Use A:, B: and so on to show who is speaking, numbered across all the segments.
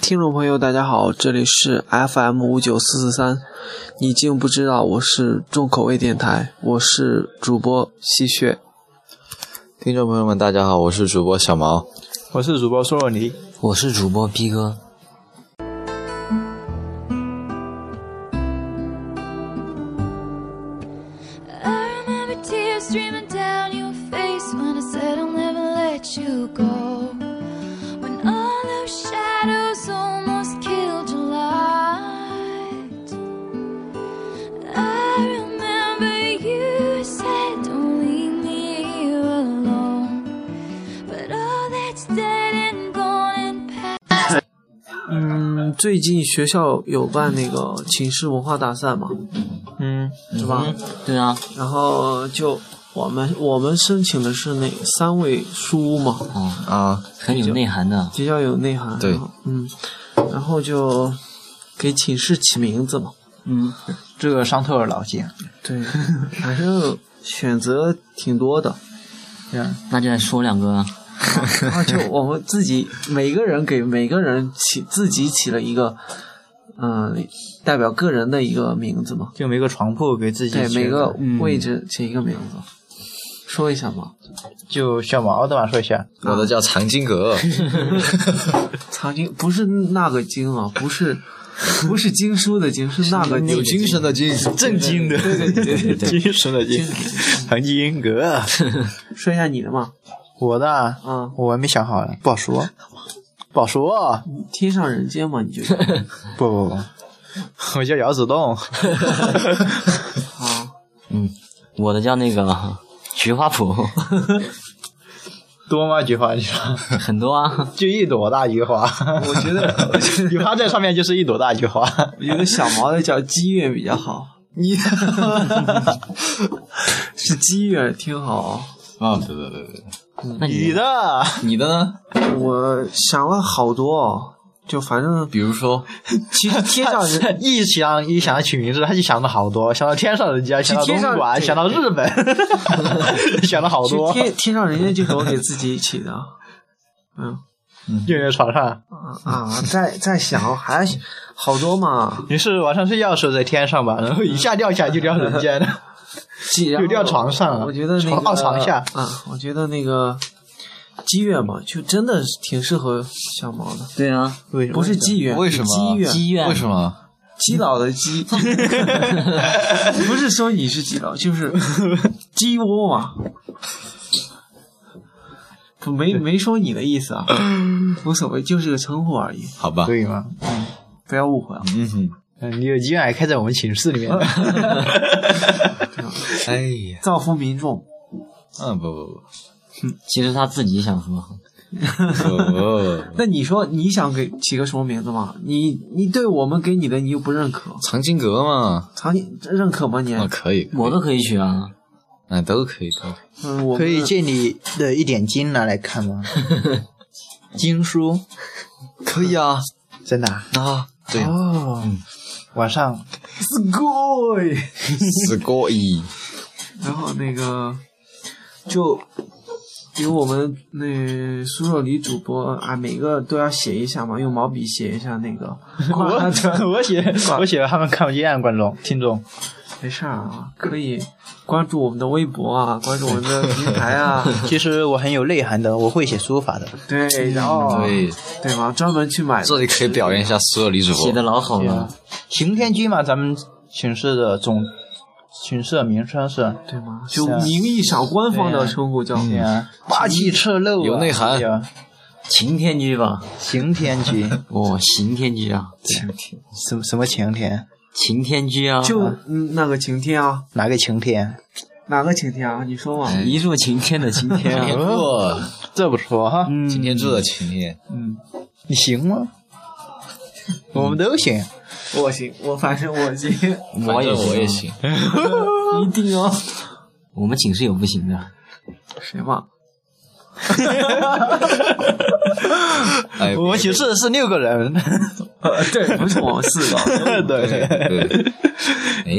A: 听众朋友，大家好，这里是 FM 五九四四三。你竟不知道我是重口味电台，我是主播吸血。
B: 听众朋友们，大家好，我是主播小毛。
C: 我是主播硕若尼，
D: 我是主播逼哥。
E: I remember tears streaming down your face when I said I'll never let you go. When all those shadows almost killed your light. I remember you said, Don't leave me here alone. But all that's dead and gone and past.
A: 嗯，最近学校有办那个寝室文化大赛嘛，
C: 嗯，
A: 是吧？
D: 对啊，
A: 然后就我们我们申请的是那三位书屋嘛，
B: 啊，
D: 很有内涵的。
A: 比较有内涵。
B: 对
A: 然后，嗯，然后就给寝室起名字嘛。
C: 嗯，这个伤
D: 啊
C: 透了脑筋。
A: 对， 反正选择挺多的，
C: 嗯，
D: 那就来说两个啊，
A: 然后 就我们自己每个人给每个人起自己起了一个，嗯、代表个人的一个名字嘛。
C: 就每个床铺给自己
A: 对，
C: 取
A: 每个
C: 嗯
A: 位置起一个名字，说一下嘛。
C: 就小毛的嘛，说一下。
B: 我的叫藏经 阁，
A: 藏经不是那个经啊，不是不是经书的经，是那个
B: 有精神的精，
C: 正经的，对对对对，精神的 精，恒基英格。啊
A: 说一下你的嘛。
C: 我的啊，
A: 嗯
C: 我还没想好呢，不好说，不好说。
A: 天上人间嘛，你就
C: 不不不，我叫姚子栋。
A: 啊，
D: 我的叫那个菊花 圃，
C: 多吗？菊花，菊花，
D: 很多啊。
C: 就一朵大菊花。
A: 我觉得我 觉
C: 菊
A: 得
C: 花在上面就是一朵大菊花。
A: 我觉得小毛的叫姬月比较好，
C: 你
A: 是姬月挺好。
B: 啊，对对对对，
D: 那
C: 你
D: 你
C: 的啊
B: 你的呢？
A: 我想了好多，哦，就反正
B: 比如说，
A: 其 实天上人
C: 一想一想起名字，他就想了好多，想到天上人间，想到
A: 天
C: 东
A: 上
C: 莞，
A: 对
C: 想到日本， 想了好
A: 其
C: 多
A: 实。天天上人间就是我给自己起 的，嗯
C: 就在床上，
A: 啊啊，在在想还好多嘛，
C: 你是晚上睡觉的时候在天上吧，然后一下掉下来就掉人间了。
A: 既然
C: 就掉床上了
A: 我觉得那个
C: 床哦床下
A: 啊，我觉得那个姬月嘛，就真的是挺适合小毛的，
D: 对啊，
C: 为
A: 不是妓院，
B: 为什么
A: 是妓
B: 啊
A: 院？
D: 妓院
B: 为什么？
A: 击倒的击， 不是说你是击倒，就是鸡窝嘛。不没没说你的意思啊，无所谓，就是个称呼而已，
B: 好吧，
C: 对吗？
A: 不要误会啊。
B: 嗯哼，
C: 嗯，你有妓院还 开在我们寝室里面呢，
B: 哎呀，
A: 造福民众，
B: 嗯，不不不
D: 其实他自己想说，
B: 不不，
A: 那你说你想给起个什么名字嘛？你你对我们给你的你又不认可，
B: 藏经阁嘛，
A: 常认可吗你？
B: 啊，可以，可以
D: 我都可以取啊。
B: 哎，都可以，都可以
A: 嗯，我
C: 可以
A: 们
C: 借你的一点经拿来看 吗？经书，
B: 可以啊
C: 真的啊
B: 啊，对啊，
A: 哦，
C: 嗯晚上
A: すごい。
B: 死过一，
A: 然后那个就由我们那苏若离主播啊，每个都要写一下嘛，用毛笔写一下那个啊跨 栏
C: 我我写我写了他们看不见观众听众，
A: 没事儿啊，可以关注我们的微博啊，关注我们的平台啊，
C: 其实我很有内涵的，我会写书法的。
A: 对，然
D: 啊
A: 后
B: 对，
A: 对嘛，专门去买
B: 这里可以表扬一下所有女主播
D: 写的，老好了，
C: 刑天居嘛，咱们寝室的总寝室的名称是，
A: 对嘛，就是
C: 啊
A: 名义上官方的称呼叫
C: 对啊，霸气侧漏啊，
B: 有内涵
C: 对啊，
D: 晴天居吧？
C: 刑天 居，
D: 哦，行天居啊，
C: 什么什么晴天？
D: 晴天居啊，
A: 就嗯那个晴天啊，
C: 哪个晴天？
A: 哪个晴天啊？你说嘛，
D: 一柱擎天的晴天
B: 擎
D: 啊。
B: 天柱，
C: 这不错哈，
B: 擎哎天柱的擎天，
C: 你 行吗？我们都行，
A: 我行，我反正我行，
D: 我
B: 反
D: 也
B: 正我也
D: 行啊
B: 行，
A: 一定要
D: 我们寝室有不行的，
A: 谁嘛？
B: 哎，
C: 我们寝室是六个人，
A: 呃，对，不是我们四个，
C: 对，
B: 对，哎。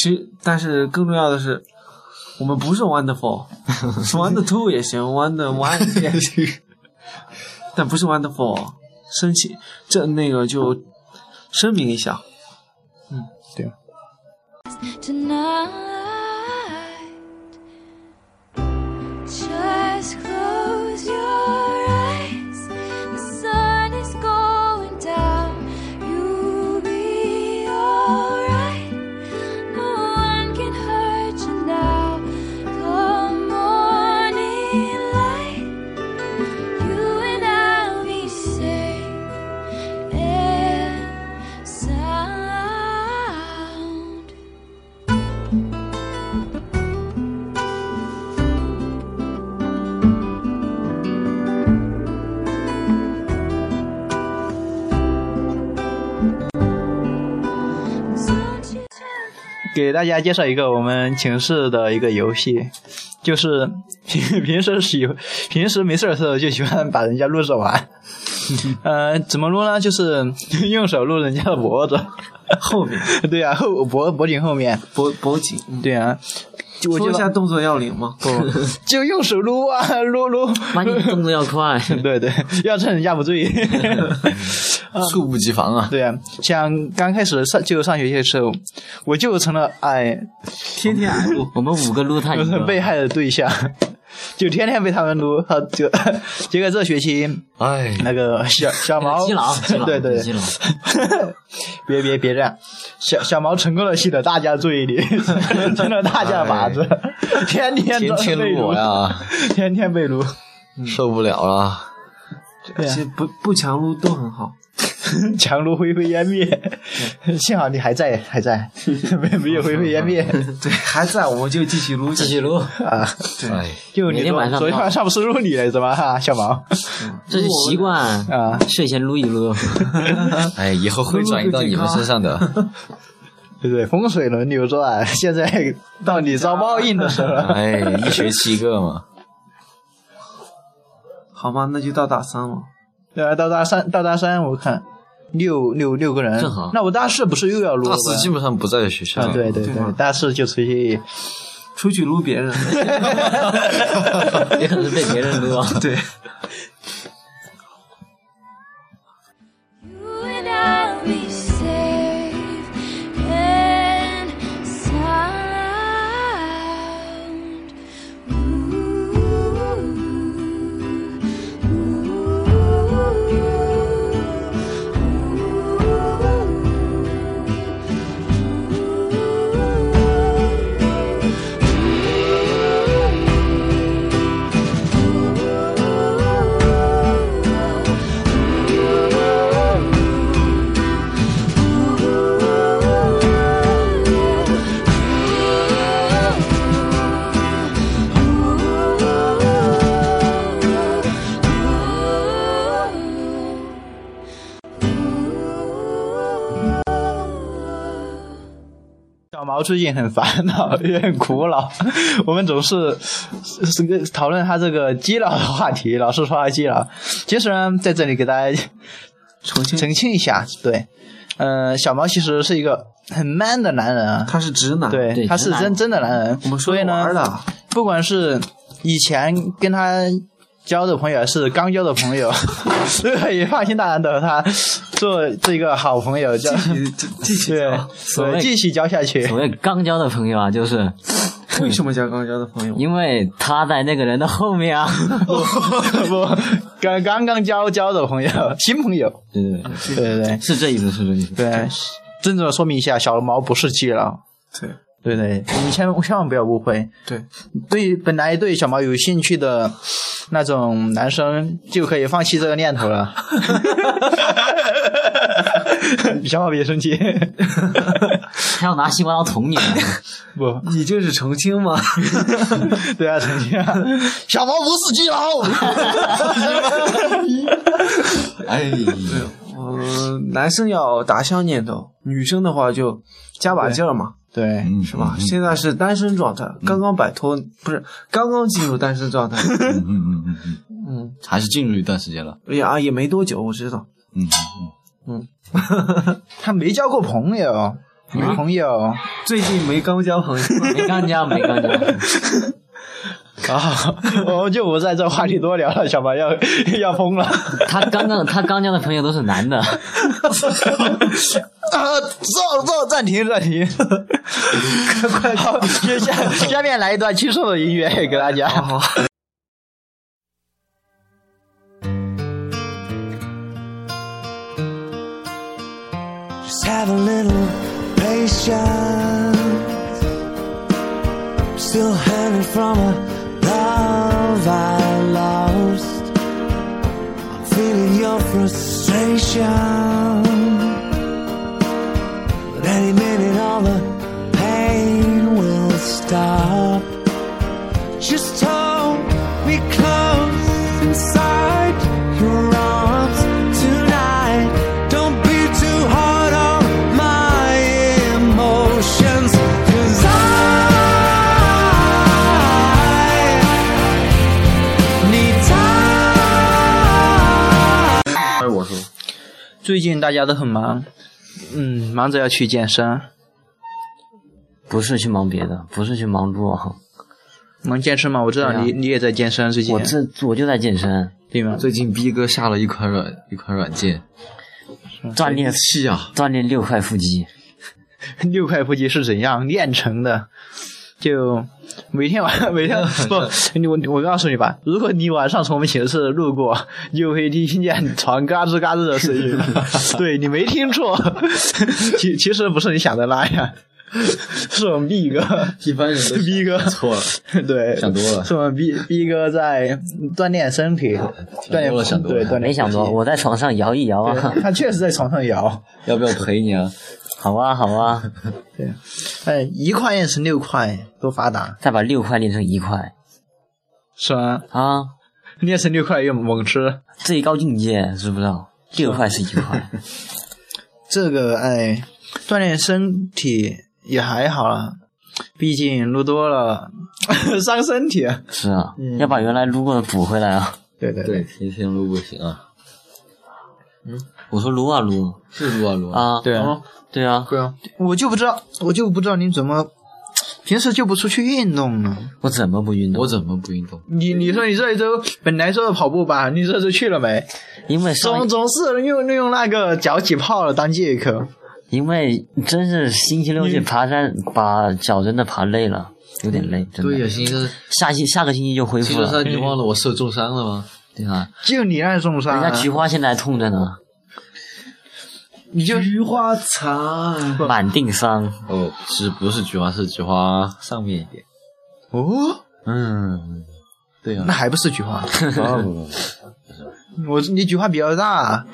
A: 其实，但是更重要的是，我们不是 wonderful，是 wonder two 也行，wonder one 也行，但不是 wonderful，申请这那个就声明一下，
C: 对，
E: tonight. Just close your eyes. The sun is going down. You'll be alright. No one can hurt you now. Come morning light. You and I'll be safe and sound. Don't you tell
C: 给大家介绍一个我们寝室的一个游戏，就是平 平时喜平时没事儿的时候就喜欢把人家撸 着玩。呃，怎么撸呢？就是 用手撸人家的脖子，
A: 后面
C: 对啊，后脖脖颈后面，
A: 脖脖颈，嗯
C: 对啊，就我
A: 说
C: 就
A: 一下动作要领吗？
C: 就用手撸啊，撸撸，
D: 妈，你动作要快，
C: 对对，要趁人家不注 意。
B: 猝不及防啊！
C: 对啊，像刚开始上就上学期的时候，我就成了哎
A: 天天啊挨撸，
D: 我们五个撸他一 个，
C: 被害的对象， 就天天被他们撸，他就 结果这学期
B: 哎，
C: 那个小小毛，
D: 哎 基佬，基 佬，
C: 对对
D: 基
C: 对
D: 佬，，
C: 别别别这样，小小毛成功的吸得大家注意力， 成了大家靶子，
D: 哎
C: 天天
B: 天天
C: 被
B: 撸我呀，
C: 天天被撸，
B: 受不了啊了！
C: 对
A: 其
C: 啊
A: 实不不强撸都很 好。
C: 强撸灰飞烟灭， 幸好你还在还在， 没没有灰飞烟灭
A: 对，还在我们就继续撸下
D: 继
A: 去。
D: 续撸，
C: 啊。
B: 哎，
C: 就你
D: 每天晚上
C: 昨天晚上不是录你了是吧？哈，啊小毛
D: 这是习惯，
C: 啊，
D: 睡前撸一 撸，
B: 哎，以后会转移到你们身上 的。
C: 对对，风水轮流转，现在到你遭报应的时候
D: 啊
C: 了。
B: 哎，一学期一个嘛。
A: 好吗？那就到大三了。
C: 对啊，到大三，到大三我看六六六个人，
D: 正好
C: 那我大四不是又要录
B: 大
C: 了
B: 四
C: 吗？
B: 基本上不在学校。
C: 啊，对对
A: 对
C: 对
D: 嗯
A: 吧，
C: 大四就出去，
A: 出去撸 别人，
D: 也可能是被别人撸啊。
A: 对，
E: You and I'll be safe and sound.
C: 小毛最近很烦恼，也很苦恼。我们总是是是个讨论他这个基佬的话题，老是说他基佬。其实呢，在这里给大家
A: 重庆
C: 澄清一下，对，呃，小毛其实是一个很 man 的男人啊，
A: 他是直男，
C: 对，
D: 对
C: 他是
D: 直男
C: 真真的男人。
A: 我们说啊
C: 所以
A: 着玩儿
C: 呢，
A: 的，
C: 不管是以前跟他交的朋友，还是刚交的 朋友，对，也放心大胆的和他做这个好朋友，交
A: 继继继续
C: 对
A: 讲。
D: 谓
C: 对，继续交下去
D: 所。谓刚交的朋友 啊，就是
A: 为什么叫刚交的朋友？
D: 因为他在那个人的后 面啊。
C: 不，刚刚刚交交的朋友，新朋友，
D: 对对对，
C: 对对对
D: 是这意思，是这意思。
C: 对，郑重的说明一下，小毛不是基佬。
A: 对
C: 对对，你千万千万不要误会。
A: 对，
C: 对，本来对小毛有兴趣的那种男生，就可以放弃这个念头 了。小毛别生 气，
D: 他要拿西瓜刀捅你啊，
C: 不，
A: 你就是重庆 吗？
C: 对啊，生气啊！小毛不是基佬。
B: 哎，
A: 呃，男生要打消念头，女生的话就加把劲儿嘛，
C: 对，嗯
B: 嗯
A: 是吧？现在是单身状态，刚刚摆脱，不是刚刚进入单身状态，
B: 嗯嗯嗯嗯嗯，
A: 嗯，
B: 还是进入一段时间了。
A: 也啊也没多久，我知道。
B: 嗯嗯
C: 他没交过朋友，没朋友。
A: 最近没刚交朋友，
D: 没刚交，没刚交。
C: 啊，我们就不在这话题多 聊了，小白要要疯 了。
D: 他刚刚他刚交的朋友都是男的，
C: 啊，坐坐暂停暂停， 快快好，接下下面来一段轻松的音乐给大家。好
B: 还哎是我说，
C: 最近大家都很忙，嗯，忙着要去健身，
D: 不是去忙别的，不是去忙撸啊。
C: 忙健身吗？我知道
B: 啊
C: 你、你也在健身最近，
D: 我这我就在健身，
C: 对吗？
B: 最近逼哥下了一款软一款软件，
C: 嗯
D: 锻炼
B: 气啊！
D: 锻炼六块腹肌，
C: 六块腹肌是怎样练成的？就每天晚 每天不，你我我告诉你吧，如果你晚上从我们寝室路过，你就会听见床嘎吱嘎吱的声音。对你没听错，其其实不是你想的那样，是我们 B 哥，
B: 一般人都想
C: 逼哥
B: 错了，
C: 对，
B: 想多了
C: 是我们 B B 哥在锻炼身体，锻炼
B: 多了想多了
C: 对锻炼，
D: 没想多，我在床上摇一摇啊，
C: 对他确实在床上摇。
B: 要不要陪你啊？
D: 好啊好 啊，
C: 对，哎，一块练成六块，多发达
D: 再把六块练成一块
C: 是吗？
D: 啊，
C: 练成六块又猛吃，
D: 最高境界知不知道？六块是一 块，
C: 这个哎，锻炼身体也还好啦，毕竟撸多了 伤身体。
D: 是啊，
C: 嗯
D: 要把原来撸过的补回来啊。
C: 对对，
B: 对，天天撸不行啊，
D: 我说撸啊撸
B: 是撸啊撸！
D: 啊，
C: 对
D: 啊对啊，
B: 对啊，
C: 我就不知道，我就不知道你怎么平时就不出去运动呢？
D: 我怎么不运动
B: 我？怎么不运动？
C: 你你说你这一周本来说跑步吧，你这周去了没？哎
D: 因为上一
C: 总总是用用那个脚起泡了当借口。
D: 因为真是星期六去爬山，把脚真的爬累了，有点累，真的。
B: 对呀，星期三，
D: 下期下个星期就恢
B: 星期
D: 复了，
B: 三你忘了我受重伤了吗？
D: 对吧？
C: 就你那重伤
D: 人
C: 啊、
D: 家菊花现在还痛着呢，
C: 你就
A: 菊花残，
D: 满腚伤。
B: 哦，是不是菊花？是菊花上面一点。
C: 哦，
B: 嗯，对呀
C: 那，还不是菊 花？
B: 不
C: 哦
B: 不不
C: 嗯我你菊花比较大，啊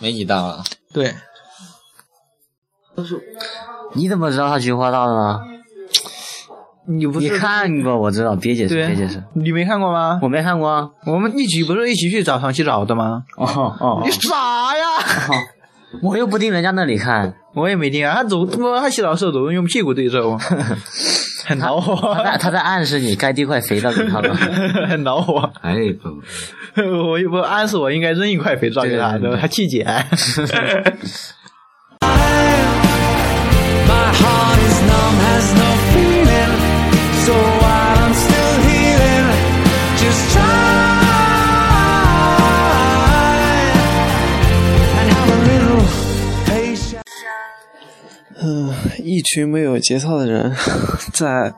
B: 没你啊大了。
C: 对，
D: 你怎么知道他菊花大的呢？
C: 你不
D: 你
C: 是
D: 看过，我知道，别解
A: 啊
D: 释，别解
C: 对
D: 释，，
C: 你没看过吗？
D: 我没看过啊。
C: 我们一起不是一起去澡堂洗澡的吗？
D: 哦哦，
C: 你傻呀！
D: 哦我又不盯人家那里看，
C: 我也没听啊，他总他洗澡的时候总是用屁股对着 我，很恼
D: 他
C: 火，
D: 在他在暗示你该递块肥皂给他了。
C: 很恼火。
B: 哎，不不，
C: 我我暗示我应该扔一块肥皂给他，
B: 对对
C: 的，
B: 对
C: 他 气结。
A: 嗯，一群没有节操的人在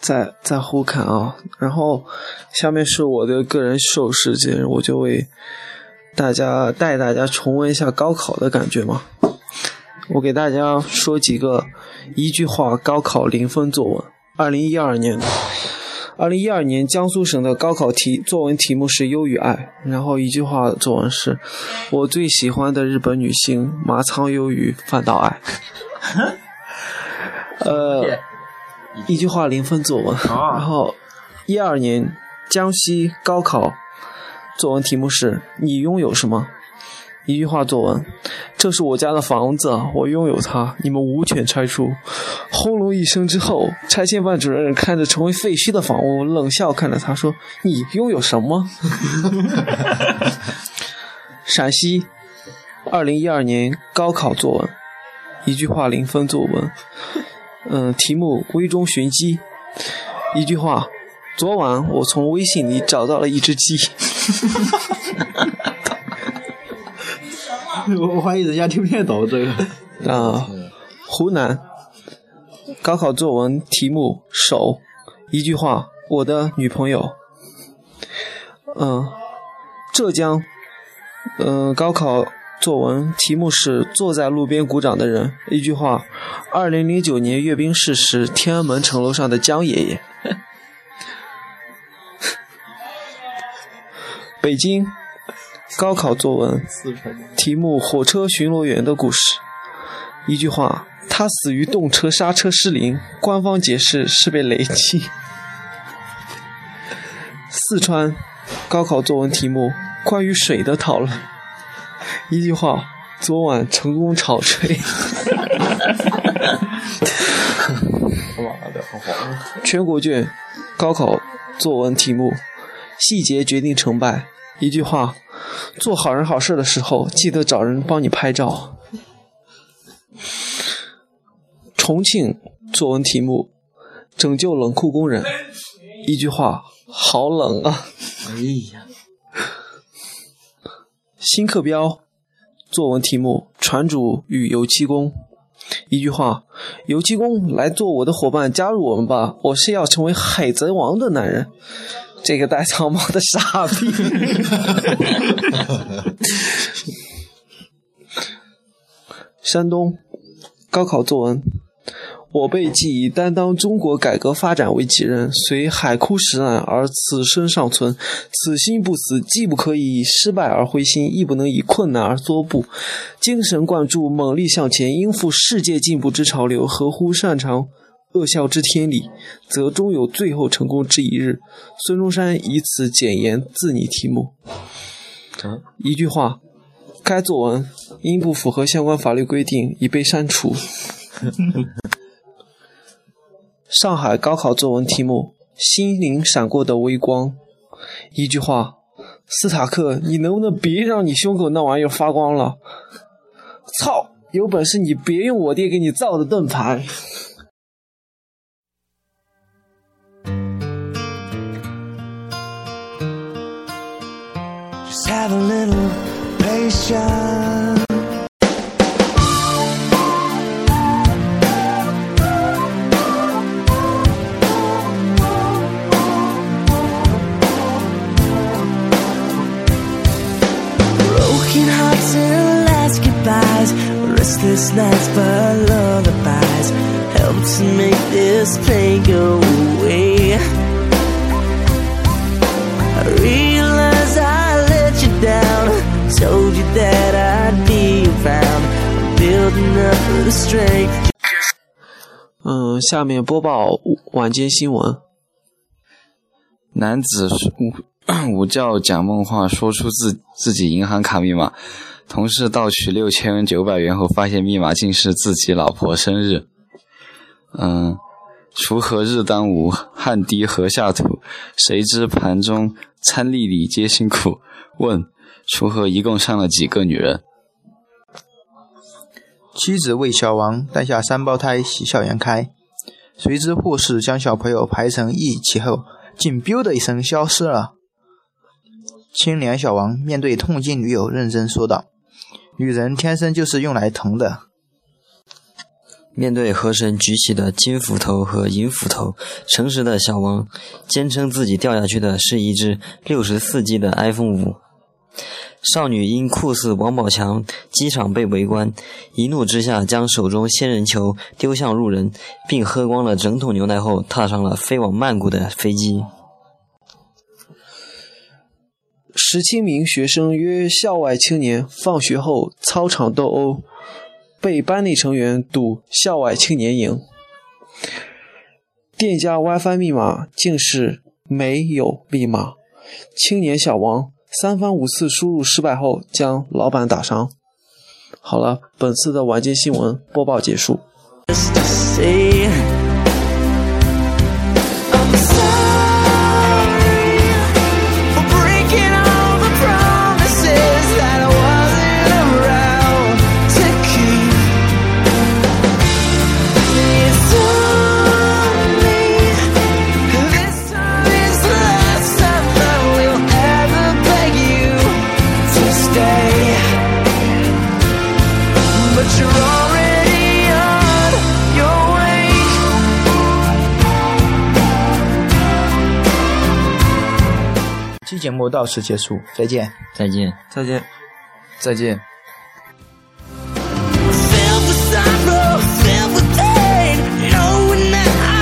A: 在在互砍啊。然后下面是我的个人受试节，我就为大家带大家重温一下高考的感觉嘛。我给大家说几个一句话高考零分作文。二零一二年的，二零一二年江苏省的高考题作文题目是“优与爱”，然后一句话作文是：“我最喜欢的日本女星麻仓优于饭岛爱。”呃，一句话零分作文。 然后，一二年江西高考作文题目是“你拥有什么”，一句话作文。这是我家的房子，啊我拥有它，你们无权拆除。轰隆一声之后，拆迁办主任看着成为废墟的房屋，冷笑看着他说：“你拥有什么？” 陕西，二零一二年高考作文，呃一句话零分作文。嗯，题目“闺中寻鸡”。一句话：昨晚我从微信里找到了一只鸡。
C: 我怀疑人家听不听得懂这个。
A: 啊，湖南高考作文题目手，一句话，我的女朋友。嗯、浙江，嗯、高考作文题目是坐在路边鼓掌的人，一句话，二零零九年阅兵式时，天安门城楼上的江爷 爷。北京，高考作文题目《火车巡逻员的故事》，一句话，他死于动车刹车失灵，官方解释是被雷击。四川高考作文题目关于水的讨论，一句话，昨晚成功炒吹。全国卷高考作文题目：细节决定成败。一句话，做好人好事的时候，记得找人帮你拍照。重庆作文题目：拯救冷库工人。一句话，好冷啊！
C: 哎呀，
A: 新课标作文题目：船主与油漆工。一句话，油漆工来做我的伙伴，加入我们吧！我是要成为海贼王的男人。这个戴草帽的傻逼。山东高考作文，我辈既以担当中国改革发展为己任，虽海枯石烂而此身尚存，此心不死，既不可以以失败而灰心，亦不能以困难而作步，精神贯注，猛力向前，应付世界进步之潮流，合乎擅长恶效之天理，则终有最后成功之一日。孙中山以此简言自拟题目。一句话，该作文因不符合相关法律规定，已被删除。上海高考作文题目：心灵闪过的微光。一句话，斯塔克，你能不能别让你胸口那玩意儿发光了？操！有本事你别用我爹给你造的盾牌。
F: Just have a little patience. Broken hearts and last goodbyes, restless nights by lullabies help to make this pain go away. I realize I let you down, told you that I'd be around, building up the strength.
A: 嗯，下面播报晚间新闻。
B: 男子睡午午觉讲梦话，说出自自己银行卡密码，同事盗取六千九百元后，发现密码竟是自己老婆生日。嗯，锄禾日当午，汗滴禾下土。谁知盘中餐粒粒皆辛苦。问：锄禾一共上了几个女人？
G: 妻子为小王诞下三胞胎，喜笑颜开。谁知护士将小朋友排成一起后，竟 biu 的一声消失了。清凉小王面对痛经女友，认真说道：“女人天生就是用来疼的。
D: 面对河神举起的金斧头和银斧头，诚实的小王坚称自己掉下去的是一只六十四 G 的 iPhone 五。少女因酷似王宝强，机场被围观，一怒之下将手中仙人球丢向路人，并喝光了整桶牛奶后，踏上了飞往曼谷的飞机。
A: 十七名学生约校外青年放学后操场斗殴，被班内成员堵校外青年营。店家 WiFi 密码竟是没有密码，青年小王三番五次输入失败后将老板打伤。好了，本次的晚间新闻播报结束。
F: just to say I'm sorry for breaking all the promises that I wasn't around to keep. It's on me. Have but you're already on your way.
G: 本期节目到此结束，再见。
D: 再见。
A: 再见。
B: 再见。
F: Filled with sorrow, filled with pain, knowing that I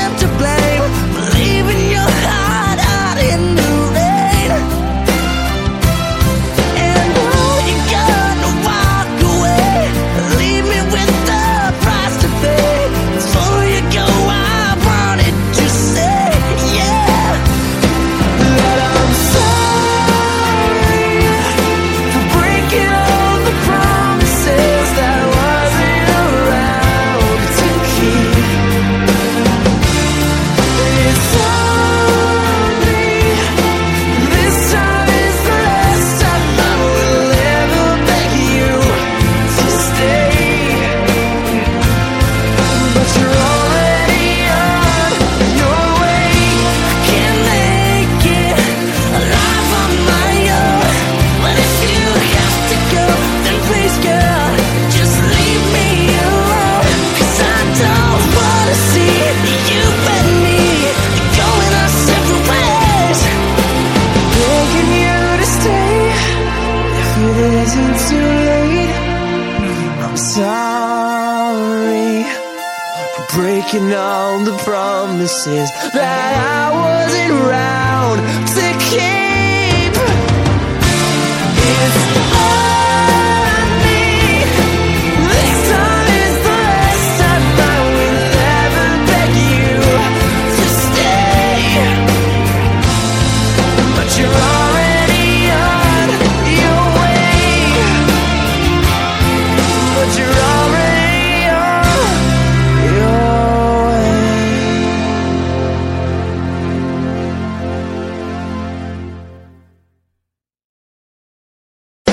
F: am to blame. Believing your heart out in the rain. And oh, you're gonna walk away. Leave me with the price to pay. Before you go, I wanted to say, yeah, that I'm sorry. Breaking all the promises that wasn't around to keep. It's only this time is the last time I will ever beg you to stay. But you're already on your way. I can't make it alive on my own. But if you have to go, then please, girl, just leave me alone. 'Cause I don't wanna see you and me going our separate ways. Begging you to stay if it isn't too late. I'm sorry for breaking all the promises that I wasn't round to keep.